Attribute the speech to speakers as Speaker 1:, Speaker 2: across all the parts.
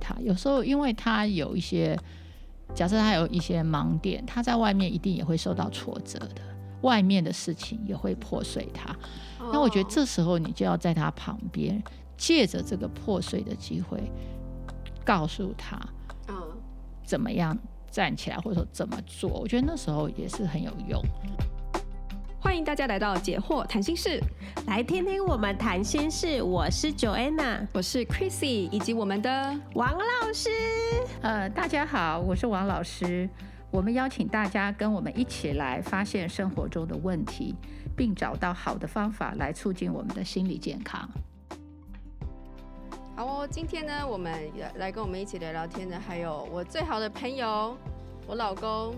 Speaker 1: 他。有时候因为他有一些，假设他有一些盲点，他在外面一定也会受到挫折的，外面的事情也会破碎他。那我觉
Speaker 2: 哦
Speaker 1: 得这时候你就要在他旁边，借着这个破碎的机会，告诉他
Speaker 2: 嗯
Speaker 1: 怎么样站起来，或者说怎么做。我觉得那时候也是很有用。
Speaker 2: 欢迎大家来到解惑谈心室，
Speaker 3: 来听听我们谈心事。我是 Joanna
Speaker 2: 我是 Chrissy，以及我们的
Speaker 3: 王老师。
Speaker 4: 呃，大家好，我是王老师。我们邀请大家跟我们一起来发现生活中的问题，并找到好的方法来促进我们的心理健康。
Speaker 2: 好哦，今天呢，我们呃来跟我们一起聊聊天的，还有我最好的朋友，我老公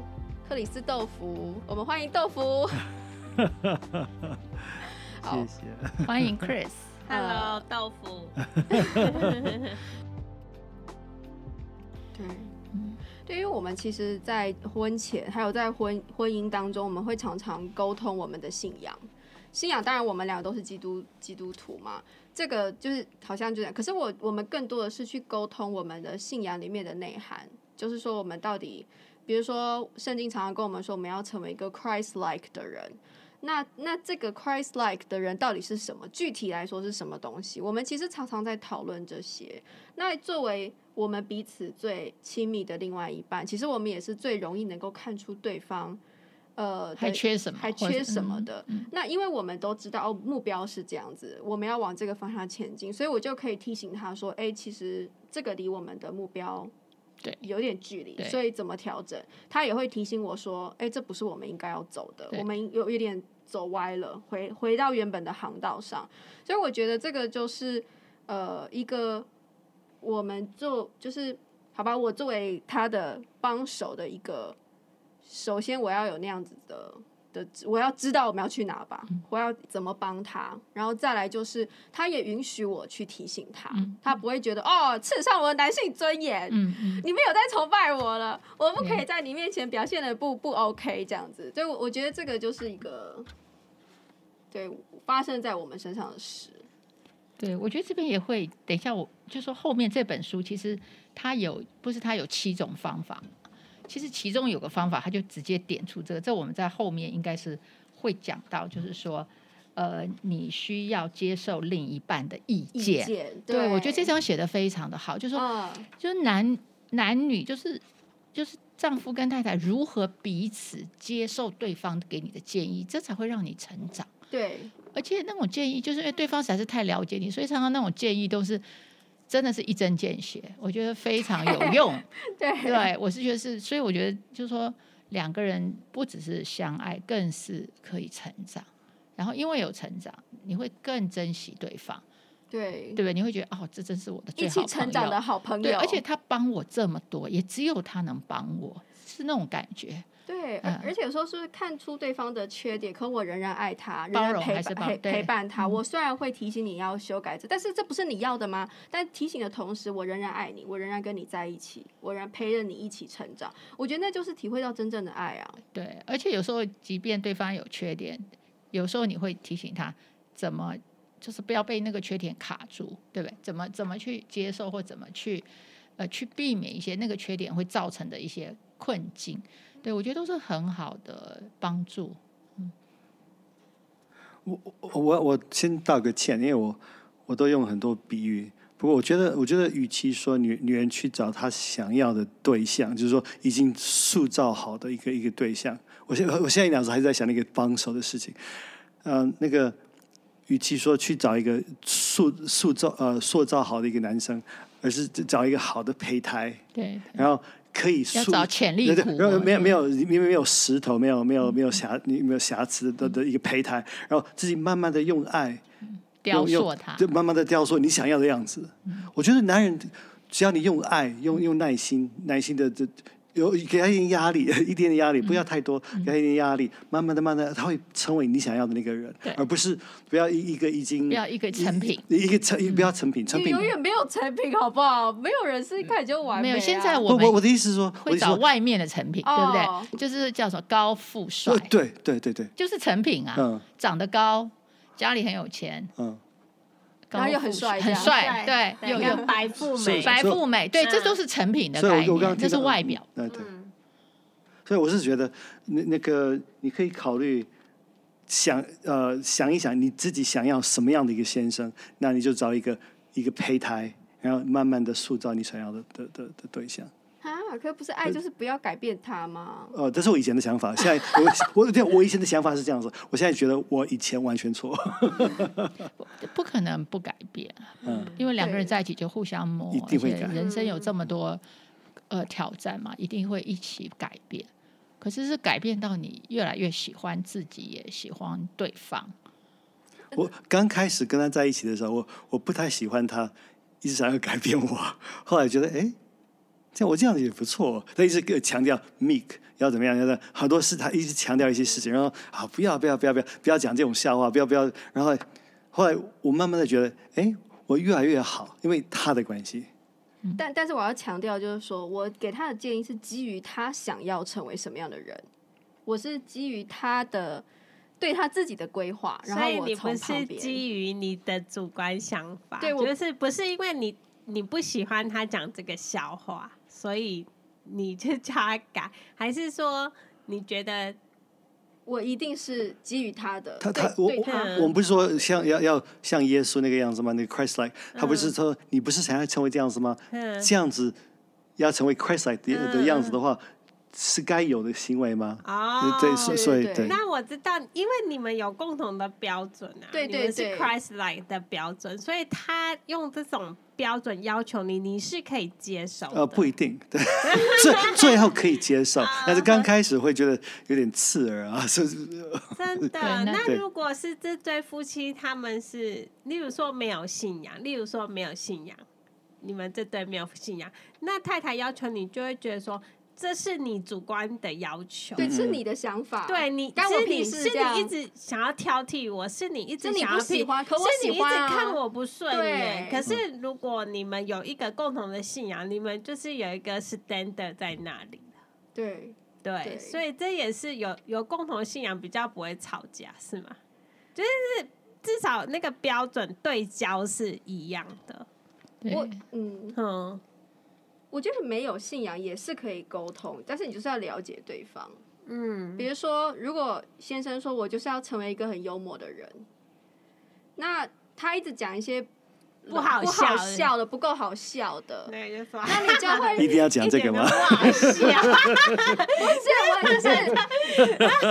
Speaker 2: 克里斯豆腐，我们欢迎豆腐。 好
Speaker 5: 谢谢。
Speaker 1: 欢迎 Chris，
Speaker 2: Hello，
Speaker 3: 豆腐。
Speaker 2: 对
Speaker 1: 嗯，
Speaker 2: 对，因为我们其实，在婚前还有在婚婚姻当中，我们会常常沟通我们的信仰。信仰当然，我们两个都是基督基督徒嘛，这个就是好像就这样。可是我我们更多的是去沟通我们的信仰里面的内涵，就是说我们到底，比如说圣经常常跟我们说，我们要成为一个 Christ-like 的人。那那这个 Christ-like 的人到底是什么？具体来说是什么东西？我们其实常常在讨论这些。那作为我们彼此最亲密的另外一半，其实我们也是最容易能够看出对方，呃，
Speaker 1: 还
Speaker 2: 的
Speaker 1: 缺什么？
Speaker 2: 还
Speaker 1: 或者
Speaker 2: 缺
Speaker 1: 是
Speaker 2: 什么的。
Speaker 1: 嗯嗯
Speaker 2: 那因为我们都知道、哦、目标是这样子，我们要往这个方向前进，所以我就可以提醒他说：“哎、其实这个离我们的目标
Speaker 1: 对
Speaker 2: 有点距离
Speaker 1: 对，
Speaker 2: 所以怎么调整？”他也会提醒我说：“哎、这不是我们应该要走的，
Speaker 1: 对
Speaker 2: 我们有有点走歪了，回回到原本的航道上。”所以我觉得这个就是呃一个我们做就是好吧，我作为他的帮手的一个，首先我要有那样子的的，我要知道我们要去哪吧，
Speaker 1: 嗯
Speaker 2: 我要怎么帮他，然后再来就是他也允许我去提醒他，
Speaker 1: 嗯
Speaker 2: 他不会觉得哦刺伤我的男性尊严，
Speaker 1: 嗯嗯，
Speaker 2: 你们有在崇拜我了，我不可以在你面前表现的不不 OK 这样子，所以我我觉得这个就是一个对发生在我们身上的事，
Speaker 1: 对，我觉得这边也会，等一下我就说后面这本书其实它有不是它有七种方法，其实其中有个方法，它就直接点出这个，这我们在后面应该是会讲到，就是说，呃，你需要接受另一半的意
Speaker 2: 意
Speaker 1: 见。
Speaker 2: 见，
Speaker 1: 对，我觉得这张写的非常的好，就是说，
Speaker 2: 嗯
Speaker 1: 就是男男女，就是就是丈夫跟太太如何彼此接受对方给你的建议，这才会让你成长。
Speaker 2: 对。
Speaker 1: 而且那种建议，就是因为对方实在是太了解你，所以常常那种建议都是真的是一针见血，我觉得非常 有用。
Speaker 2: 对
Speaker 1: 对，啊我是觉得是，所以我觉得就是说，两个人不只是相爱，更是可以成长。然后因为有成长，你会更珍惜对方，
Speaker 2: 对
Speaker 1: 对不对？你会觉得哦，这真是我的最
Speaker 2: 一
Speaker 1: 好
Speaker 2: 起
Speaker 1: 朋
Speaker 2: 成长
Speaker 1: 友
Speaker 2: 的好朋
Speaker 1: 对，
Speaker 2: 友，
Speaker 1: 而且他帮我这么多，也只有他能帮我，是那种感觉。
Speaker 2: 对，而
Speaker 1: 嗯
Speaker 2: 而且有时候是不是看出对方的缺点，可我仍然爱他，仍
Speaker 1: 包
Speaker 2: 然
Speaker 1: 容还
Speaker 2: 陪
Speaker 1: 是
Speaker 2: 伴
Speaker 1: 包
Speaker 2: 陪
Speaker 1: 对嗯
Speaker 2: 陪伴他。我虽然会提醒你要修改这，但是这不是你要的吗？但提醒的同时，我仍然爱你，我仍然跟你在一起，我仍然陪着你一起成长。我觉得那就是体会到真正的爱啊。
Speaker 1: 对，而且有时候即便对方有缺点，有时候你会提醒他怎么，就是不要被那个缺点卡住，对不对？怎么怎么去接受或怎么去，呃，去避免一些那个缺点会造成的一些困境。对，我觉得都是很好的帮助。
Speaker 5: 我我先道个歉，因为我我都用很多比喻。不过我觉得，我觉得，与其说女女人去找她想要的对象，就是说已经塑造好的一个一个对象，我现我现在脑子还是在想那个帮手的事情。呃，那个，与其说去找一个塑塑造呃塑造好的一个男生，而是找一个好的胚胎，
Speaker 1: 对，
Speaker 5: 然后可以
Speaker 1: 要
Speaker 5: 塑
Speaker 1: 找潜力嗯
Speaker 5: 对对
Speaker 1: 股，
Speaker 5: 没有没有没有因为没有石头，没有没有没有瑕没有瑕疵的的一个胚胎，然后自己慢慢的用爱，
Speaker 1: 雕
Speaker 5: 用
Speaker 1: 塑它。嗯
Speaker 5: 就慢慢的雕塑你想要的样子。我觉得男人只要你用爱，用用耐心，耐心的这。有给他一点压力，一点点压力，不
Speaker 1: 嗯
Speaker 5: 要太多，给他一点压力，慢慢的、慢慢的，他会成为你想要的那个人
Speaker 1: 对，
Speaker 5: 而不是不要一一个已经
Speaker 1: 不要一个成品，嗯
Speaker 5: 一一个成不要成品，成
Speaker 2: 你
Speaker 5: 品
Speaker 2: 永远没有成品，好不好？没有人是一开始就完
Speaker 1: 没
Speaker 2: 美、啊。
Speaker 1: 有，现在
Speaker 5: 不
Speaker 1: 我
Speaker 5: 我我
Speaker 1: 们
Speaker 5: 的意思是说，我
Speaker 1: 会
Speaker 5: 的意思
Speaker 1: 找
Speaker 5: 说，
Speaker 1: 外面的成品，对不
Speaker 2: 哦
Speaker 1: 对？就是叫什么高富帅
Speaker 5: 呃，对对对对，
Speaker 1: 就是成品啊，
Speaker 5: 嗯
Speaker 1: 长得高，家里很有钱，
Speaker 5: 嗯，
Speaker 2: 然后又很帅这
Speaker 1: 很
Speaker 2: 样
Speaker 1: 帅，对，又
Speaker 3: 有
Speaker 1: 又
Speaker 3: 有白富
Speaker 5: 所以
Speaker 3: 美，
Speaker 1: 白富美，对，
Speaker 3: 嗯
Speaker 1: 这都是成品的
Speaker 5: 所以
Speaker 1: 概
Speaker 5: 我我
Speaker 1: 念，
Speaker 5: 刚刚
Speaker 1: 这
Speaker 5: 听
Speaker 1: 是
Speaker 5: 到
Speaker 1: 外表。，
Speaker 5: 嗯对对。
Speaker 3: 嗯，
Speaker 5: 所以我是觉得，那那个你可以考虑想呃想一想你自己想要什么样的一个先生，那你就找一个一个胚胎，然后慢慢的塑造你想要的的的的对象。
Speaker 2: 啊，可不是爱就是不要改变他吗？
Speaker 5: 呃，这是我以前的想法，现在我 我对我以前的想法是这样子，我现在觉得我以前完全错，
Speaker 1: 不可能不改变，啊
Speaker 5: 嗯
Speaker 1: 因为两个人
Speaker 2: 对
Speaker 1: 在一起就互相磨，
Speaker 5: 一定会
Speaker 1: 而且
Speaker 5: 改
Speaker 1: 人生有这么多
Speaker 2: 嗯
Speaker 1: 呃挑战嘛，一定会一起改变。可是是改变到你越来越喜欢自己，也喜欢对方。
Speaker 5: 我刚开始跟他在一起的时候，我我不太喜欢他，一直想要改变我。 后来觉得，哎，这样我这样子也不错。哦他一直给我强调 meek 要怎么样，要怎么样很多事他一直强调一些事情，然后啊不要不要不要不要不要讲这种笑话，不要不要。然后后来我慢慢的觉得，哎，我越来越好，因为他的关系。
Speaker 2: 但但是我要强调，就是说我给他的建议是基于他想要成为什么样的人，我是基于他的对他自己的规划，然
Speaker 3: 所
Speaker 2: 后
Speaker 3: 以
Speaker 2: 我
Speaker 3: 你不
Speaker 2: 从旁
Speaker 3: 是
Speaker 2: 边。
Speaker 3: 基于你的主观想法，
Speaker 2: 对我
Speaker 3: 就是不是因为你你不喜欢他讲这个笑话，所以你就叫他改，还是说你觉得
Speaker 2: 我一定是基于他的，
Speaker 5: 他
Speaker 2: 对
Speaker 5: 他我
Speaker 2: 对他
Speaker 5: 我我们不是说像要要像耶稣那个样子吗？那个 Christ like，他不是
Speaker 3: 嗯
Speaker 5: 说你不是想要成为这样子吗？
Speaker 3: 嗯
Speaker 5: 这样子要成为 Christ-like 的、
Speaker 3: 嗯
Speaker 5: 的样子的话，是该有的行为吗？
Speaker 3: 哦，
Speaker 5: 对，所所以
Speaker 2: 对
Speaker 5: 对，
Speaker 3: 那我知道，因为你们有共同的标准啊，
Speaker 2: 对
Speaker 3: 你
Speaker 2: 对
Speaker 3: 们是
Speaker 2: 对
Speaker 3: Christ-like 的标准，所以他用这种标准要求你，你是可以接受的。
Speaker 5: 呃，不一定， 对，最最后可以接
Speaker 3: 啊
Speaker 5: 受，但是刚开始会觉得有点刺耳啊， 是是
Speaker 3: 真的。
Speaker 1: 对那
Speaker 3: 那
Speaker 5: 对
Speaker 3: 如果是这对夫妻，他们是，例如说没有信仰，例如说没有信仰，你们这对没有信仰，那太太要求你，就会觉得说这是你主观的要求。
Speaker 2: 对
Speaker 5: 嗯
Speaker 2: 是你的想法，
Speaker 3: 对你，
Speaker 2: 干我
Speaker 3: 是
Speaker 2: 屁
Speaker 3: 你
Speaker 2: 事这
Speaker 3: 是你一
Speaker 2: 样。
Speaker 3: 直想要挑剔我，是你一直
Speaker 2: 是你
Speaker 3: 想
Speaker 2: 不
Speaker 3: 要
Speaker 2: 喜
Speaker 3: 批
Speaker 2: 欢，可我
Speaker 3: 是
Speaker 2: 喜
Speaker 3: 你一直
Speaker 2: 欢啊。
Speaker 3: 看我不顺眼，
Speaker 2: 对嗯
Speaker 3: 可是如果你们有一个共同的信仰，你们就是有一个 standard 在那里，
Speaker 2: 对，
Speaker 3: 对，
Speaker 2: 对
Speaker 3: 所以这也是有有共同的信仰比较不会吵架，是吗？就是至少那个标准对焦是一样的，
Speaker 1: 对
Speaker 2: 我嗯，
Speaker 3: 嗯，
Speaker 2: 我觉得没有信仰也是可以沟通，但是你就是要了解对方。
Speaker 3: 嗯，
Speaker 2: 比如说，如果先生说我就是要成为一个很幽默的人，那他一直讲一些
Speaker 3: 不好
Speaker 2: 不
Speaker 3: 笑
Speaker 2: 好
Speaker 3: 的
Speaker 2: 笑的、不够好笑的，
Speaker 3: 那就说。
Speaker 2: 那你就
Speaker 5: 一
Speaker 2: 会
Speaker 5: 定要讲这个吗？
Speaker 3: 笑，
Speaker 2: 不是我就是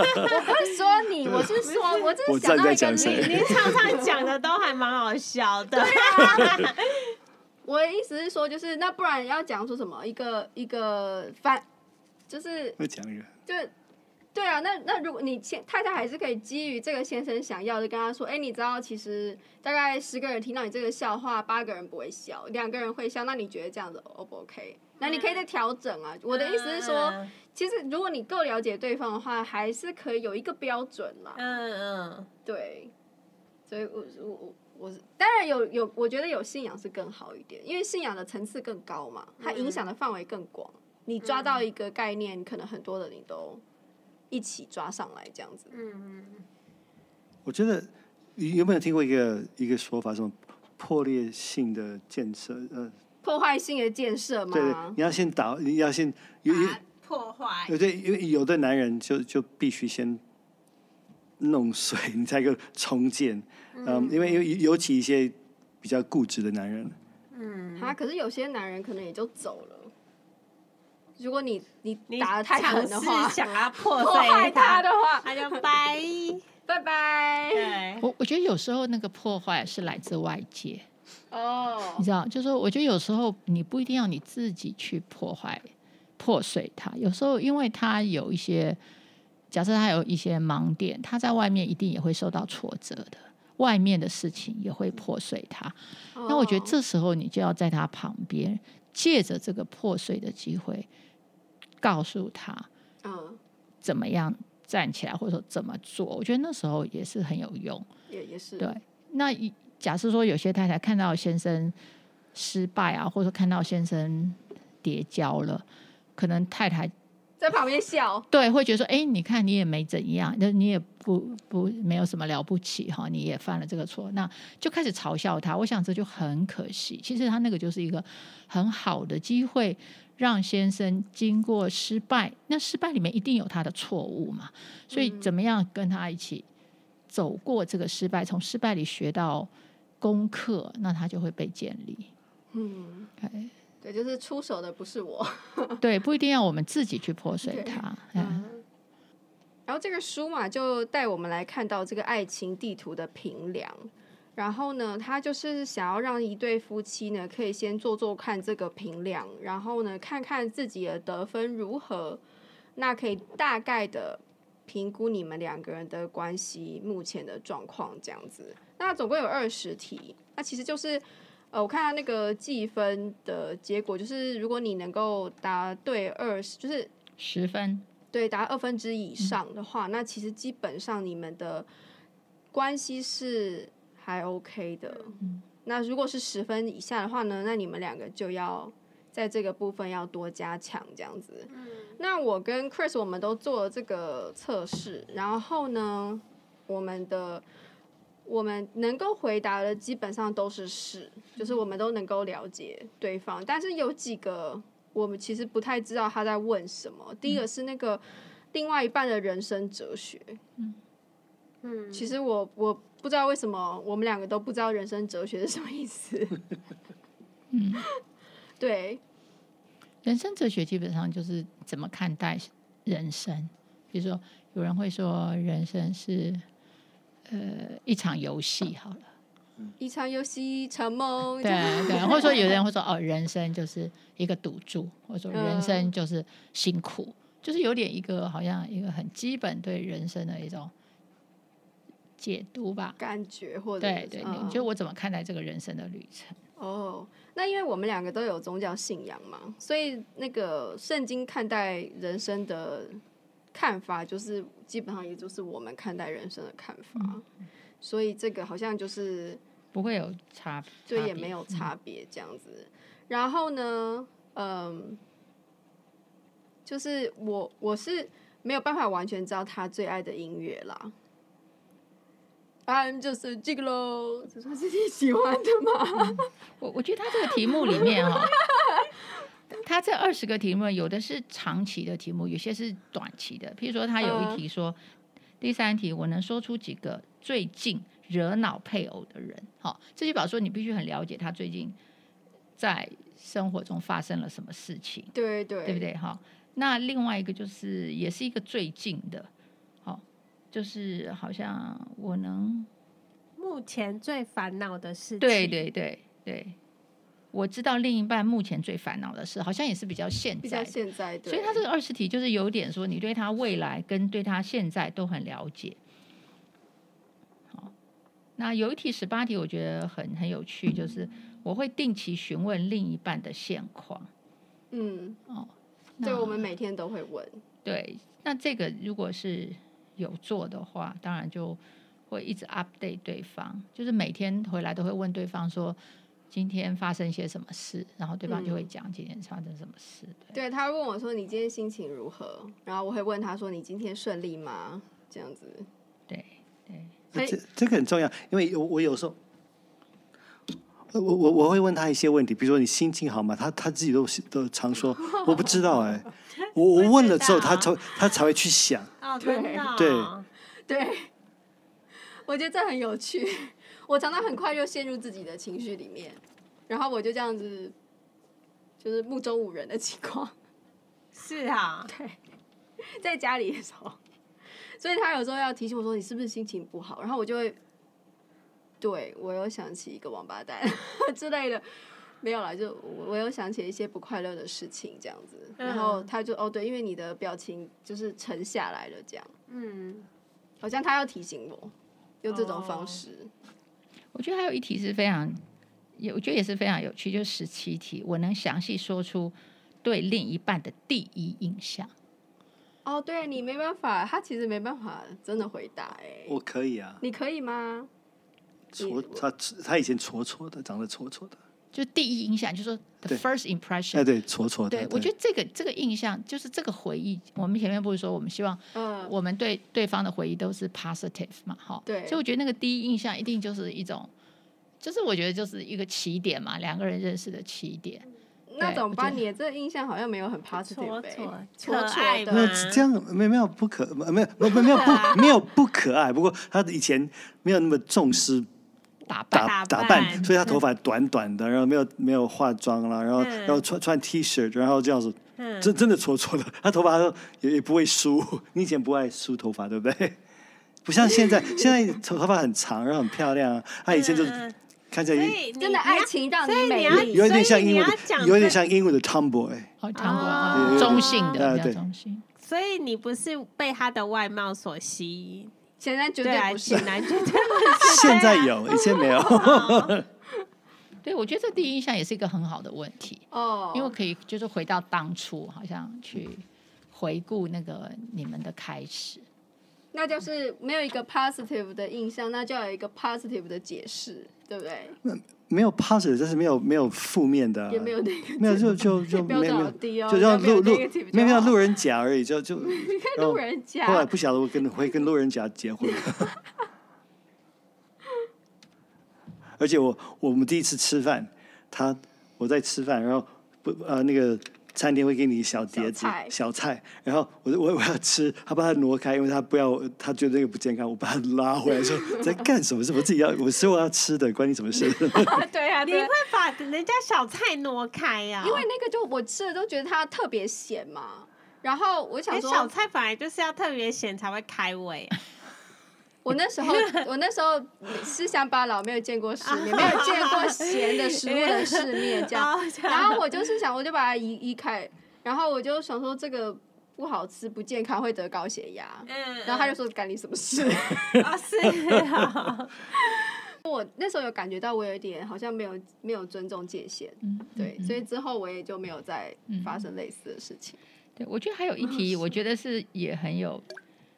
Speaker 2: 我 不是说你，我是说我只
Speaker 5: 我
Speaker 2: 是
Speaker 5: 知道
Speaker 2: 想到一
Speaker 5: 你在
Speaker 2: 个
Speaker 5: 讲谁
Speaker 2: 例
Speaker 3: 你
Speaker 2: 子。
Speaker 3: 常常讲的都还蛮好笑的，
Speaker 2: 啊我的意思是说，就是那不然要讲出什么一个一个反，就是
Speaker 5: 会讲一个，
Speaker 2: 就对啊，那那如果你先太太还是可以基于这个先生想要的跟他说，哎，你知道其实大概十个人听到你这个笑话，八个人不会笑，两个人会笑，那你觉得这样子 O 不 OK？那你可以再调整啊。我的意思是说，
Speaker 3: 嗯
Speaker 2: 其实如果你够了解对方的话，还是可以有一个标准啦。
Speaker 3: 嗯嗯，
Speaker 2: 对，所以我我我我是当然有有，我觉得有信仰是更好一点，因为信仰的层次更高嘛，它影
Speaker 3: 嗯
Speaker 2: 响的范围更广。你抓到一个概念，可能很多的你都一起抓上来，这样子。
Speaker 3: 嗯
Speaker 5: 我觉得你有没有听过一个一个说法，什么破裂性的建设？呃，
Speaker 2: 破坏性的建设
Speaker 5: 对对
Speaker 2: 吗，？
Speaker 5: 你要先打，你要先有有
Speaker 3: 把它破坏
Speaker 5: 有对，因为有的男人就就必须先弄碎， 你才够重建。嗯，因为尤尤其一些比较固执的男人，
Speaker 1: 嗯
Speaker 2: 啊，可是有些男人可能也就走了。如果你你
Speaker 3: 你
Speaker 2: 打的太狠的话
Speaker 3: 尝，试想要 破
Speaker 2: 破
Speaker 3: 碎
Speaker 2: 坏他
Speaker 3: 他，
Speaker 2: 的话，
Speaker 3: 他就掰。
Speaker 2: 拜拜。
Speaker 3: 对，
Speaker 1: 我我觉得有时候那个破坏是来自外界，
Speaker 2: 哦
Speaker 1: 你，知道，就是说我觉得有时候你不一定要你自己去破坏、破碎它，有时候因为它有一些，假设它有一些盲点，它在外面一定也会受到挫折的，外面的事情也会破碎它。那我觉得
Speaker 2: 哦
Speaker 1: 这时候你就要在他旁边，借着这个破碎的机会，告诉他，
Speaker 2: 嗯，
Speaker 1: 怎么样站起来，或者说怎么做。我觉得那时候也是很有用。
Speaker 2: 也也是
Speaker 1: 对，那一假设说有些太太看到先生失败啊，或者看到先生跌跤了，可能太太
Speaker 2: 在旁边笑，
Speaker 1: 对，会觉得说，哎，你看你也没怎样，那你也不不没有什么了不起哈，你也犯了这个错，那就开始嘲笑他。我想这就很可惜。其实他那个就是一个很好的机会，让先生经过失败，那失败里面一定有他的错误嘛，所以
Speaker 2: 嗯
Speaker 1: 怎么样跟他一起走过这个失败，从失败里学到功课，那他就会被建立。
Speaker 2: 嗯，
Speaker 1: 哎
Speaker 2: 对，就是出手的不是我。
Speaker 1: 对，不一定要我们自己去破碎
Speaker 2: 哦对
Speaker 1: 它。嗯
Speaker 2: 嗯，然后这个书嘛，就带我们来看到这个爱情地图的评量。然后呢，他就是想要让一对夫妻呢，可以先做做看这个评量，然后呢，看看自己的得分如何，那可以大概的评估你们两个人的关系目前的状况这样子。那总共有二十题，那其实就是呃，我看他那个计分的结果，就是如果你能够答对二十，就是
Speaker 1: 十分，
Speaker 2: 对，达二分之以上的话，那其实基本上你们的关系是还 OK 的。那如果是十分以下的话呢，那你们两个就要在这个部分要多加强这样子。那我跟 Chris 我们都做了这个测试，然后呢，我们的我们能够回答的基本上都是是，就是我们都能够了解对方，但是有几个我们其实不太知道他在问什么。第一个是那个另外一半的人生哲学，
Speaker 3: 嗯，
Speaker 2: 其实我我不知道为什么我们两个都不知道人生哲学是什么意思。
Speaker 1: 嗯，
Speaker 2: 对，
Speaker 1: 人生哲学基本上就是怎么看待人生。比如说，有人会说人生是呃一场游戏，
Speaker 2: 哦
Speaker 1: 好了，
Speaker 2: 一场游戏一场梦。
Speaker 1: 对啊对，或者说有人会说哦，人生就是一个赌注，或者说人生就是辛苦，就是有点一个好像一个很基本对人生的一种解读吧。
Speaker 2: 感觉或者
Speaker 1: 对
Speaker 2: 是
Speaker 1: 对，
Speaker 2: 嗯
Speaker 1: 你就我怎么看待这个人生的旅程？
Speaker 2: 哦，那因为我们两个都有宗教信仰嘛，所以那个圣经看待人生的看法，就是基本上也就是我们看待人生的看法，
Speaker 1: 嗯
Speaker 2: 所以这个好像就是
Speaker 1: 不会有差，
Speaker 2: 对
Speaker 1: 差
Speaker 2: 也
Speaker 1: 别嗯
Speaker 2: 没有差别这样子。然后呢，嗯，就是我我是没有办法完全知道他最爱的音乐啦。I'm just a gigolo，这算是你喜欢的吗？
Speaker 1: 嗯我我觉得他这个题目里面哈、哦，他这二十个题目有的是长期的题目，有些是短期的。譬如说，他有一题说，第三题我能说出几个最近惹恼配偶的人？好、这就表示说你必须很了解他最近在生活中发生了什么事情。
Speaker 2: 对对
Speaker 1: 对不？对？哈，那另外一个就是，也是一个最近的，好、就是好像我能，
Speaker 3: 目前最烦恼的事情，
Speaker 1: 对对对对，我知道另一半目前最烦恼的事，好像也是比较现
Speaker 2: 比
Speaker 1: 在
Speaker 2: 较
Speaker 1: 的
Speaker 2: 现在的，
Speaker 1: 所以他这个二十题就是有点说，你对他未来跟对他现在都很了解。好，那有一题十八题，我觉得很很有趣，就是我会定期询问另一半的现况。
Speaker 2: 嗯，
Speaker 1: 哦，
Speaker 2: 对，
Speaker 1: 那
Speaker 2: 我们每天都会问，
Speaker 1: 对，那这个如果是有做的话，当然就会一直 update 对方，就是每天回来都会问对方说今天发生一些什么事，然后对方就会
Speaker 2: 嗯
Speaker 1: 讲今天发生什么事。对
Speaker 2: 对他会问我说你今天心情如何，然后我会问他说你今天顺利吗？这样子，
Speaker 1: 对对，
Speaker 2: 所以
Speaker 5: 这这个很重要，因为我我有时候，我我我会问他一些问题，比如说你心情好吗？他他自己都都常说我不知道哎、 我我问了之后，他才他才会去想。
Speaker 3: 哦，真的、哦，
Speaker 5: 对
Speaker 2: 对，我觉得这很有趣，我常常很快就陷入自己的情绪里面，然后我就这样子，就是目中无人的情况，
Speaker 3: 是啊，
Speaker 2: 在家里的时候，所以他有时候要提醒我说你是不是心情不好，然后我就会，对我又想起一个王八蛋 之类的，没有啦，就我我又想起一些不快乐的事情这样子，然后
Speaker 3: 嗯
Speaker 2: 他就哦对，因为你的表情就是沉下来了，这样
Speaker 3: 嗯，
Speaker 2: 好像他要提醒我，用这种
Speaker 3: 哦
Speaker 2: 方式，
Speaker 1: 我觉得还有一题是非常，也我觉得也是非常有趣，就是十七题，我能详细说出对另一半的第一印象。
Speaker 2: 哦对你没办法，他其实没办法真的回答哎、
Speaker 5: 我可以啊，
Speaker 2: 你可以吗？
Speaker 5: 挫他他以前挫挫的，长得挫挫的，
Speaker 1: 就第一印象，就说 the
Speaker 5: 对
Speaker 1: first impression
Speaker 5: 哎，。对，戳
Speaker 2: 哦
Speaker 5: 戳的。
Speaker 1: 对，我觉得这个这个印象就是这个回忆。我们前面不是说我们希望
Speaker 2: 嗯，
Speaker 1: 我们对对方的回忆都是 positive 嘛，哈。
Speaker 2: 对
Speaker 1: 所以我觉得那个第一印象一定就是一种，就是我觉得就是一个起点嘛，两个人认识的起点。
Speaker 2: 那怎么
Speaker 1: 我
Speaker 2: 办？
Speaker 1: 觉
Speaker 2: 你的这个印象好像没有很
Speaker 3: 搓
Speaker 2: positive 呗、
Speaker 3: 搓
Speaker 2: 搓
Speaker 3: 可
Speaker 2: 搓
Speaker 3: 爱
Speaker 2: 的
Speaker 5: 那
Speaker 3: 吗？
Speaker 5: 这样没有没有不可没有没有没有
Speaker 3: 啊
Speaker 5: 不没有不可爱，不过他以前没有那么重视
Speaker 1: 打扮，
Speaker 5: 打
Speaker 3: 打
Speaker 5: 打
Speaker 3: 扮
Speaker 5: 扮，所以他头发短短的，然后没有没有化妆啦，然后
Speaker 3: 嗯
Speaker 5: 然后穿穿 T 恤，然后这样子，
Speaker 3: 嗯
Speaker 5: 真真的戳戳的，他头发也也不会梳，你以前不爱梳头发对不对？不像现 在，现在头头发很长，然后很漂亮啊。他以前就是哎
Speaker 3: 嗯
Speaker 5: 看起
Speaker 3: 所
Speaker 5: 来
Speaker 3: 以你啊
Speaker 2: 真的爱情让
Speaker 3: 所以你啊
Speaker 2: 美
Speaker 3: 要
Speaker 2: 丽
Speaker 5: 有。一点
Speaker 3: 所
Speaker 5: 像
Speaker 3: 以你
Speaker 5: 英文
Speaker 3: 要讲
Speaker 5: 的，有
Speaker 3: 这
Speaker 5: 一点像英文 的 tomboy。
Speaker 1: 哦，唐国
Speaker 3: 啊
Speaker 1: 哦中性
Speaker 5: 啊
Speaker 1: 的，比较
Speaker 5: 对
Speaker 1: 中性。
Speaker 3: 所以你不是被他的外貌所吸引，
Speaker 2: 显然绝
Speaker 3: 对啊，
Speaker 2: 不是
Speaker 3: 显。然绝对不是。
Speaker 5: 现在有，以前没有。
Speaker 1: 对，我觉得这第一印象也是一个很好的问题，
Speaker 2: 哦，
Speaker 1: 因为可以就是回到当初，好像去回顾那个你们的开始。
Speaker 2: 那就是没有一个 positive 的印象，那就要有一个 positive 的解释，对不对？
Speaker 5: 没有 positive，但是没有没有负面的啊，
Speaker 2: 也没有那个
Speaker 5: 没有就就就
Speaker 2: 标
Speaker 5: 没有
Speaker 2: 准
Speaker 5: 没
Speaker 2: 好
Speaker 5: 有，
Speaker 2: 低哦，
Speaker 5: 就让
Speaker 2: 没有
Speaker 5: 路路
Speaker 2: negative 就
Speaker 5: 没有让
Speaker 2: 好
Speaker 5: 路人甲而已，就就然后
Speaker 2: 路人甲
Speaker 5: 后来不晓得我跟会跟路人甲结婚， 而且我我们第一次吃饭，他我在吃饭，然后不呃那个餐厅会给你小碟子
Speaker 2: 小菜
Speaker 5: 小菜，然后我我我要吃，他把它挪开，因为他不要他觉得那个不健康，我把它拉回来说在干什么事？我自己要我是我要吃的，关你什么 事？
Speaker 2: 啊 对啊，
Speaker 3: 你
Speaker 2: 对啊
Speaker 3: 会把人家小菜挪开啊呀、
Speaker 2: 因为那个就我吃的都觉得它特别咸嘛，然后我
Speaker 3: 哎
Speaker 2: 想
Speaker 3: 小
Speaker 2: 说，
Speaker 3: 菜本来就是要特别咸才会开胃，啊
Speaker 2: 我那时候我那时候是乡巴佬，没有见过世面，没有见过咸的食物的世面，这 样。
Speaker 3: 哦这样
Speaker 2: 然后我就是想，我就把它移移开，然后我就想说这个不好吃，不健康，会得高血压。
Speaker 3: 嗯，
Speaker 2: 然后他就说干你什么事？
Speaker 3: 就啊是啊，
Speaker 2: 我那时候有感觉到我有一点好像没有没有尊重界限，
Speaker 1: 嗯，
Speaker 2: 对，
Speaker 1: 嗯
Speaker 2: 所以之后我也就没有再发生类似的事情。
Speaker 1: 对，我觉得还有一
Speaker 3: 啊
Speaker 1: 题，我觉得是也很有，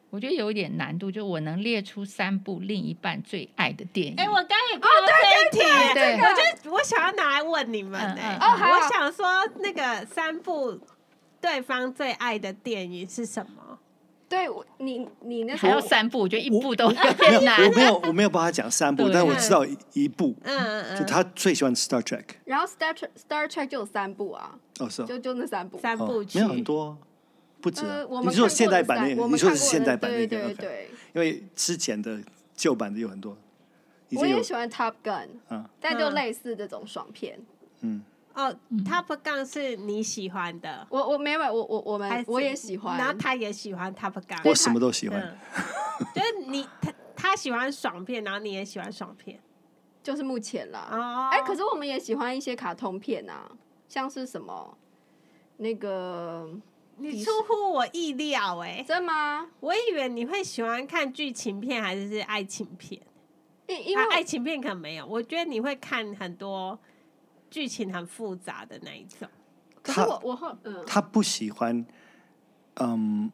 Speaker 1: 我觉得有一点难度，就我能列出三部另一半最爱的电影。
Speaker 3: 哎、我刚也看到这一题，
Speaker 1: 对
Speaker 3: 我就我想要拿来问你们
Speaker 1: 嗯
Speaker 3: 呢、
Speaker 1: 嗯
Speaker 2: 哦好
Speaker 3: 我想说那个三部对方最爱的电影是什么？
Speaker 2: 对，我你你那时
Speaker 1: 还
Speaker 2: 候
Speaker 1: 要三部，我觉得一部都有
Speaker 5: 没有
Speaker 1: 点难。
Speaker 5: 我没有我没有帮他讲三部，
Speaker 1: 啊对
Speaker 5: 但我知道一一部，
Speaker 3: 嗯嗯嗯，
Speaker 5: 就他最喜欢 Star Trek。
Speaker 2: 然后 Star Trek Star Trek 就有三部啊，
Speaker 5: 哦，是哦
Speaker 2: 就就那三部。
Speaker 3: 三
Speaker 5: 哦
Speaker 3: 部曲、
Speaker 5: 没有很多，不止啊。
Speaker 2: 呃，我
Speaker 5: 你
Speaker 2: 们
Speaker 5: 说
Speaker 2: 看过
Speaker 5: 现代版
Speaker 2: 的
Speaker 5: 那
Speaker 2: 三我
Speaker 5: 个，你
Speaker 2: 们
Speaker 5: 说
Speaker 2: 看
Speaker 5: 的是
Speaker 2: 过
Speaker 5: 现
Speaker 2: 的
Speaker 5: 代版那
Speaker 2: 对
Speaker 5: 个
Speaker 2: 对
Speaker 5: OK
Speaker 2: 对。
Speaker 5: 因为之前的旧版的有很多，已
Speaker 2: 我
Speaker 5: 经
Speaker 2: 也
Speaker 5: 有
Speaker 2: 喜欢 Top Gun，
Speaker 5: 啊，
Speaker 2: 但就
Speaker 3: 嗯
Speaker 2: 类似这种爽片。
Speaker 5: 嗯，
Speaker 3: 哦。Top Gun 是你喜欢的，
Speaker 2: 我我没有，我我我
Speaker 3: 还
Speaker 2: 们
Speaker 3: 是
Speaker 2: 呃我也喜欢。
Speaker 3: 然后他也喜欢 Top Gun，
Speaker 5: 我什么都喜欢。
Speaker 3: 嗯，就是你他他喜欢爽片，然后你也喜欢爽片
Speaker 2: 就是目前啦。
Speaker 3: 哦。
Speaker 2: 哎，可是我们也喜欢一些卡通片啊，像是什么那个
Speaker 3: 你出乎我意料哎、
Speaker 2: 真吗？
Speaker 3: 我以为你会喜欢看剧情片还是是爱情片，
Speaker 2: 因因
Speaker 3: 啊、爱
Speaker 2: 为
Speaker 3: 情片可能没有，我觉得你会看很多剧情很复杂的那一种。
Speaker 2: 可是
Speaker 5: 他
Speaker 2: 我我后嗯
Speaker 5: 他不喜欢，嗯，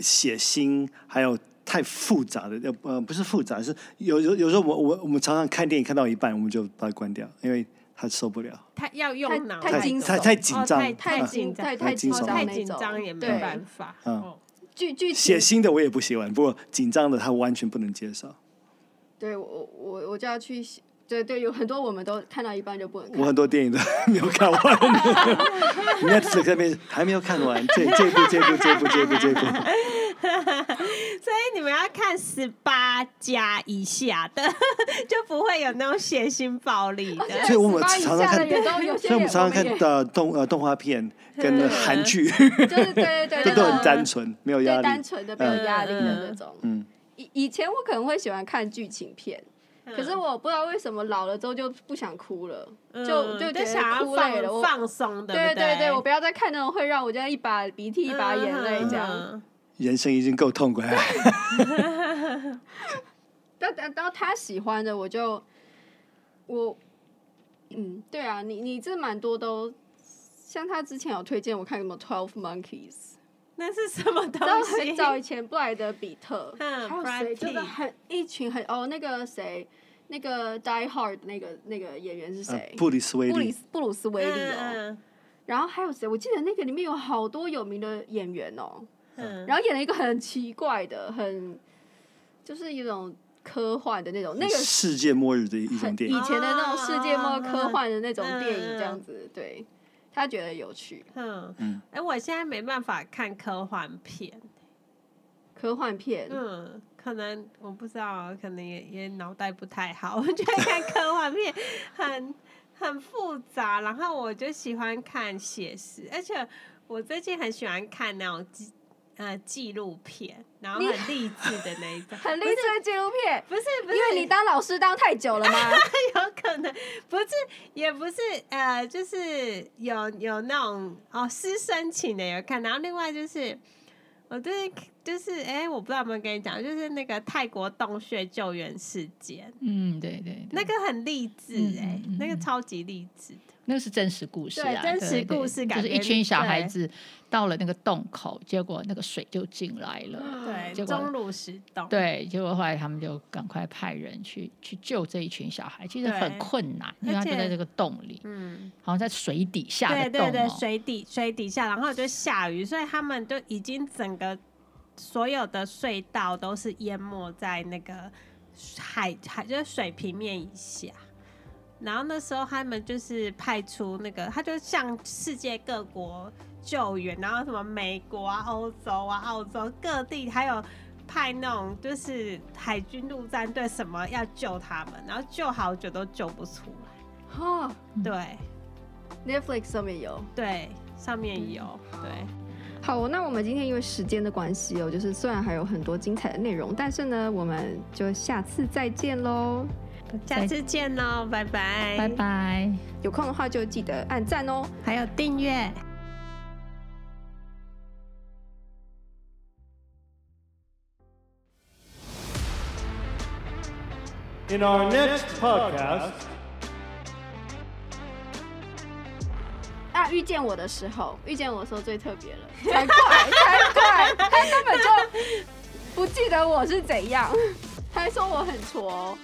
Speaker 5: 血腥，还有太复杂的，呃呃，不是复杂，是有有有时候我我我们常常看电影看到一半，我们就把它关掉，因为他受不了，
Speaker 3: 他要用脑，
Speaker 2: 太惊悚
Speaker 5: 太太紧张
Speaker 3: 哦太
Speaker 2: 太
Speaker 3: 太
Speaker 2: 紧
Speaker 3: 紧张
Speaker 2: 太，
Speaker 5: 太
Speaker 2: 紧
Speaker 5: 惊
Speaker 2: 张
Speaker 5: 悚
Speaker 3: 太
Speaker 2: 那
Speaker 3: 紧
Speaker 2: 种
Speaker 3: 张也没
Speaker 2: 对
Speaker 3: 办法。
Speaker 5: 嗯
Speaker 3: 哦
Speaker 2: 剧剧情
Speaker 5: 血腥的我也不喜欢，不过紧张的他完全不能接受。
Speaker 2: 对我我我我就要去洗。对对，有很多我们都看到一半就不能看。
Speaker 5: 我很多电影都没有 看完，Netflix 那边还没有看完，这这部这部这部这部这部，
Speaker 3: 所以你们要看十八加以下的， 就不会有那种血腥暴力的。
Speaker 5: 所以我们
Speaker 2: 18以
Speaker 5: 常常
Speaker 2: 下的
Speaker 5: 看
Speaker 2: 也都有些
Speaker 5: 所以我们常常
Speaker 2: 也
Speaker 5: 看呃动呃动画片
Speaker 3: 嗯
Speaker 5: 跟韩剧，
Speaker 2: 就是对对对，
Speaker 5: 这
Speaker 2: 那
Speaker 5: 都很
Speaker 2: 种
Speaker 5: 单纯，没有压
Speaker 2: 对单
Speaker 5: 力。
Speaker 2: 纯的没有压力的那种。
Speaker 5: 嗯，
Speaker 2: 以以前我可能会喜欢看剧情片，可是我不知道为什么老了之后就不想哭了，
Speaker 3: 嗯
Speaker 2: 就就觉
Speaker 3: 想
Speaker 2: 得
Speaker 3: 要
Speaker 2: 哭累了。
Speaker 3: 放
Speaker 2: 我
Speaker 3: 放松，对
Speaker 2: 对
Speaker 3: 不对
Speaker 2: 对，我不要再看那种会让我这样一把鼻涕一把眼泪这样。
Speaker 3: 嗯
Speaker 5: 人生已经够痛苦了。
Speaker 2: 但但到他喜欢的，我就我嗯，对啊，你你这蛮多都。像他之前有推荐我看什么《Twelve Monkeys
Speaker 3: 那是什么》，
Speaker 2: 然
Speaker 3: 东
Speaker 2: 后
Speaker 3: 西？
Speaker 2: 很早以前布莱德比特，
Speaker 3: 哦嗯
Speaker 2: 还有谁？
Speaker 3: Brad
Speaker 2: 就是
Speaker 3: Pitt
Speaker 2: 很一群很哦，那个谁，那个《Die Hard》那个那个演员是
Speaker 5: 呃
Speaker 2: 谁？
Speaker 5: 布里斯威
Speaker 2: 布里
Speaker 5: 利，
Speaker 2: 斯布鲁斯威利哦，
Speaker 3: 嗯
Speaker 2: 然后还有谁？我记得那个里面有好多有名的演员哦，
Speaker 3: 嗯
Speaker 2: 然后演了一个很奇怪的，很就是一种科幻的那种，那个
Speaker 5: 世界末日的一种
Speaker 2: 很
Speaker 5: 电
Speaker 2: 以
Speaker 5: 影，
Speaker 2: 前的那种世界
Speaker 3: 啊
Speaker 2: 末日科幻的那种
Speaker 3: 嗯
Speaker 2: 电影这样子，对他觉得有趣。
Speaker 3: 嗯
Speaker 5: 嗯
Speaker 3: 嗯，哎，我现在没办法看科幻片，
Speaker 2: 科幻片，
Speaker 3: 嗯，可能我不知道，可能也也脑袋不太好，我觉得看科幻片很很复杂，然后我就喜欢看写实，而且我最近很喜欢看那种纪呃纪录片，然后
Speaker 2: 你
Speaker 3: 很励志的那一 种，
Speaker 2: 很励志的纪录片，
Speaker 3: 不是不
Speaker 2: 因
Speaker 3: 是
Speaker 2: 为你当老师当太久了吗？
Speaker 3: 有可能不是，也不是，呃，就是有有那种哦，师生情的有看，然后另外就是，我最近就是，哎、我不知道有没有跟你讲，就是那个泰国洞穴救援事件，
Speaker 1: 嗯，对对对，
Speaker 3: 那个很励志
Speaker 1: 嗯
Speaker 3: 哎、
Speaker 1: 嗯嗯
Speaker 3: 那个
Speaker 1: 嗯
Speaker 3: 超级励志的，
Speaker 1: 那个是真实故事啊，
Speaker 3: 对真实故事
Speaker 1: 对
Speaker 3: 改
Speaker 1: 就是一
Speaker 3: 编
Speaker 1: 群小孩
Speaker 3: 对
Speaker 1: 子到了那个洞口，结果那个水就进来了。
Speaker 3: 对，
Speaker 1: 结果
Speaker 3: 钟乳石洞，
Speaker 1: 对，结果后来他们就赶快派人去去救这一群小孩，其实
Speaker 3: 对
Speaker 1: 很困难，因为他
Speaker 3: 而
Speaker 1: 就
Speaker 3: 且
Speaker 1: 在这个洞里，
Speaker 3: 嗯。
Speaker 1: 好像在水底下
Speaker 3: 对
Speaker 1: 的
Speaker 3: 对
Speaker 1: 洞
Speaker 3: 对，
Speaker 1: 哦。
Speaker 3: 水底水底下，然后就下雨，所以他们就已经整个所有的隧道都是淹没在那个海海就是水平面以下。然后那时候他们就是派出那个，他就向世界各国救援，然后什么美国啊、欧洲啊、澳洲各地，还有派那种就是海军陆战队什么要救他们，然后救好久都救不出 来。
Speaker 2: 哦
Speaker 1: 嗯
Speaker 3: 对
Speaker 2: Netflix 上面有。
Speaker 3: 对，上面有
Speaker 1: 嗯
Speaker 3: 对。
Speaker 2: 好，那我们今天因为时间的关系哦，就是虽然还有很多精彩的内容，但是呢，我们就下次再见喽。
Speaker 3: 下次见喽，拜拜，
Speaker 1: 拜，拜。
Speaker 2: 有空的话就记得按赞哦。
Speaker 3: 还有订阅。
Speaker 6: In our next podcast,
Speaker 2: 啊，遇见我的时候，遇见我的时候最特别了，才怪才怪，他根本就不记得我是怎样，还说我很挫、哦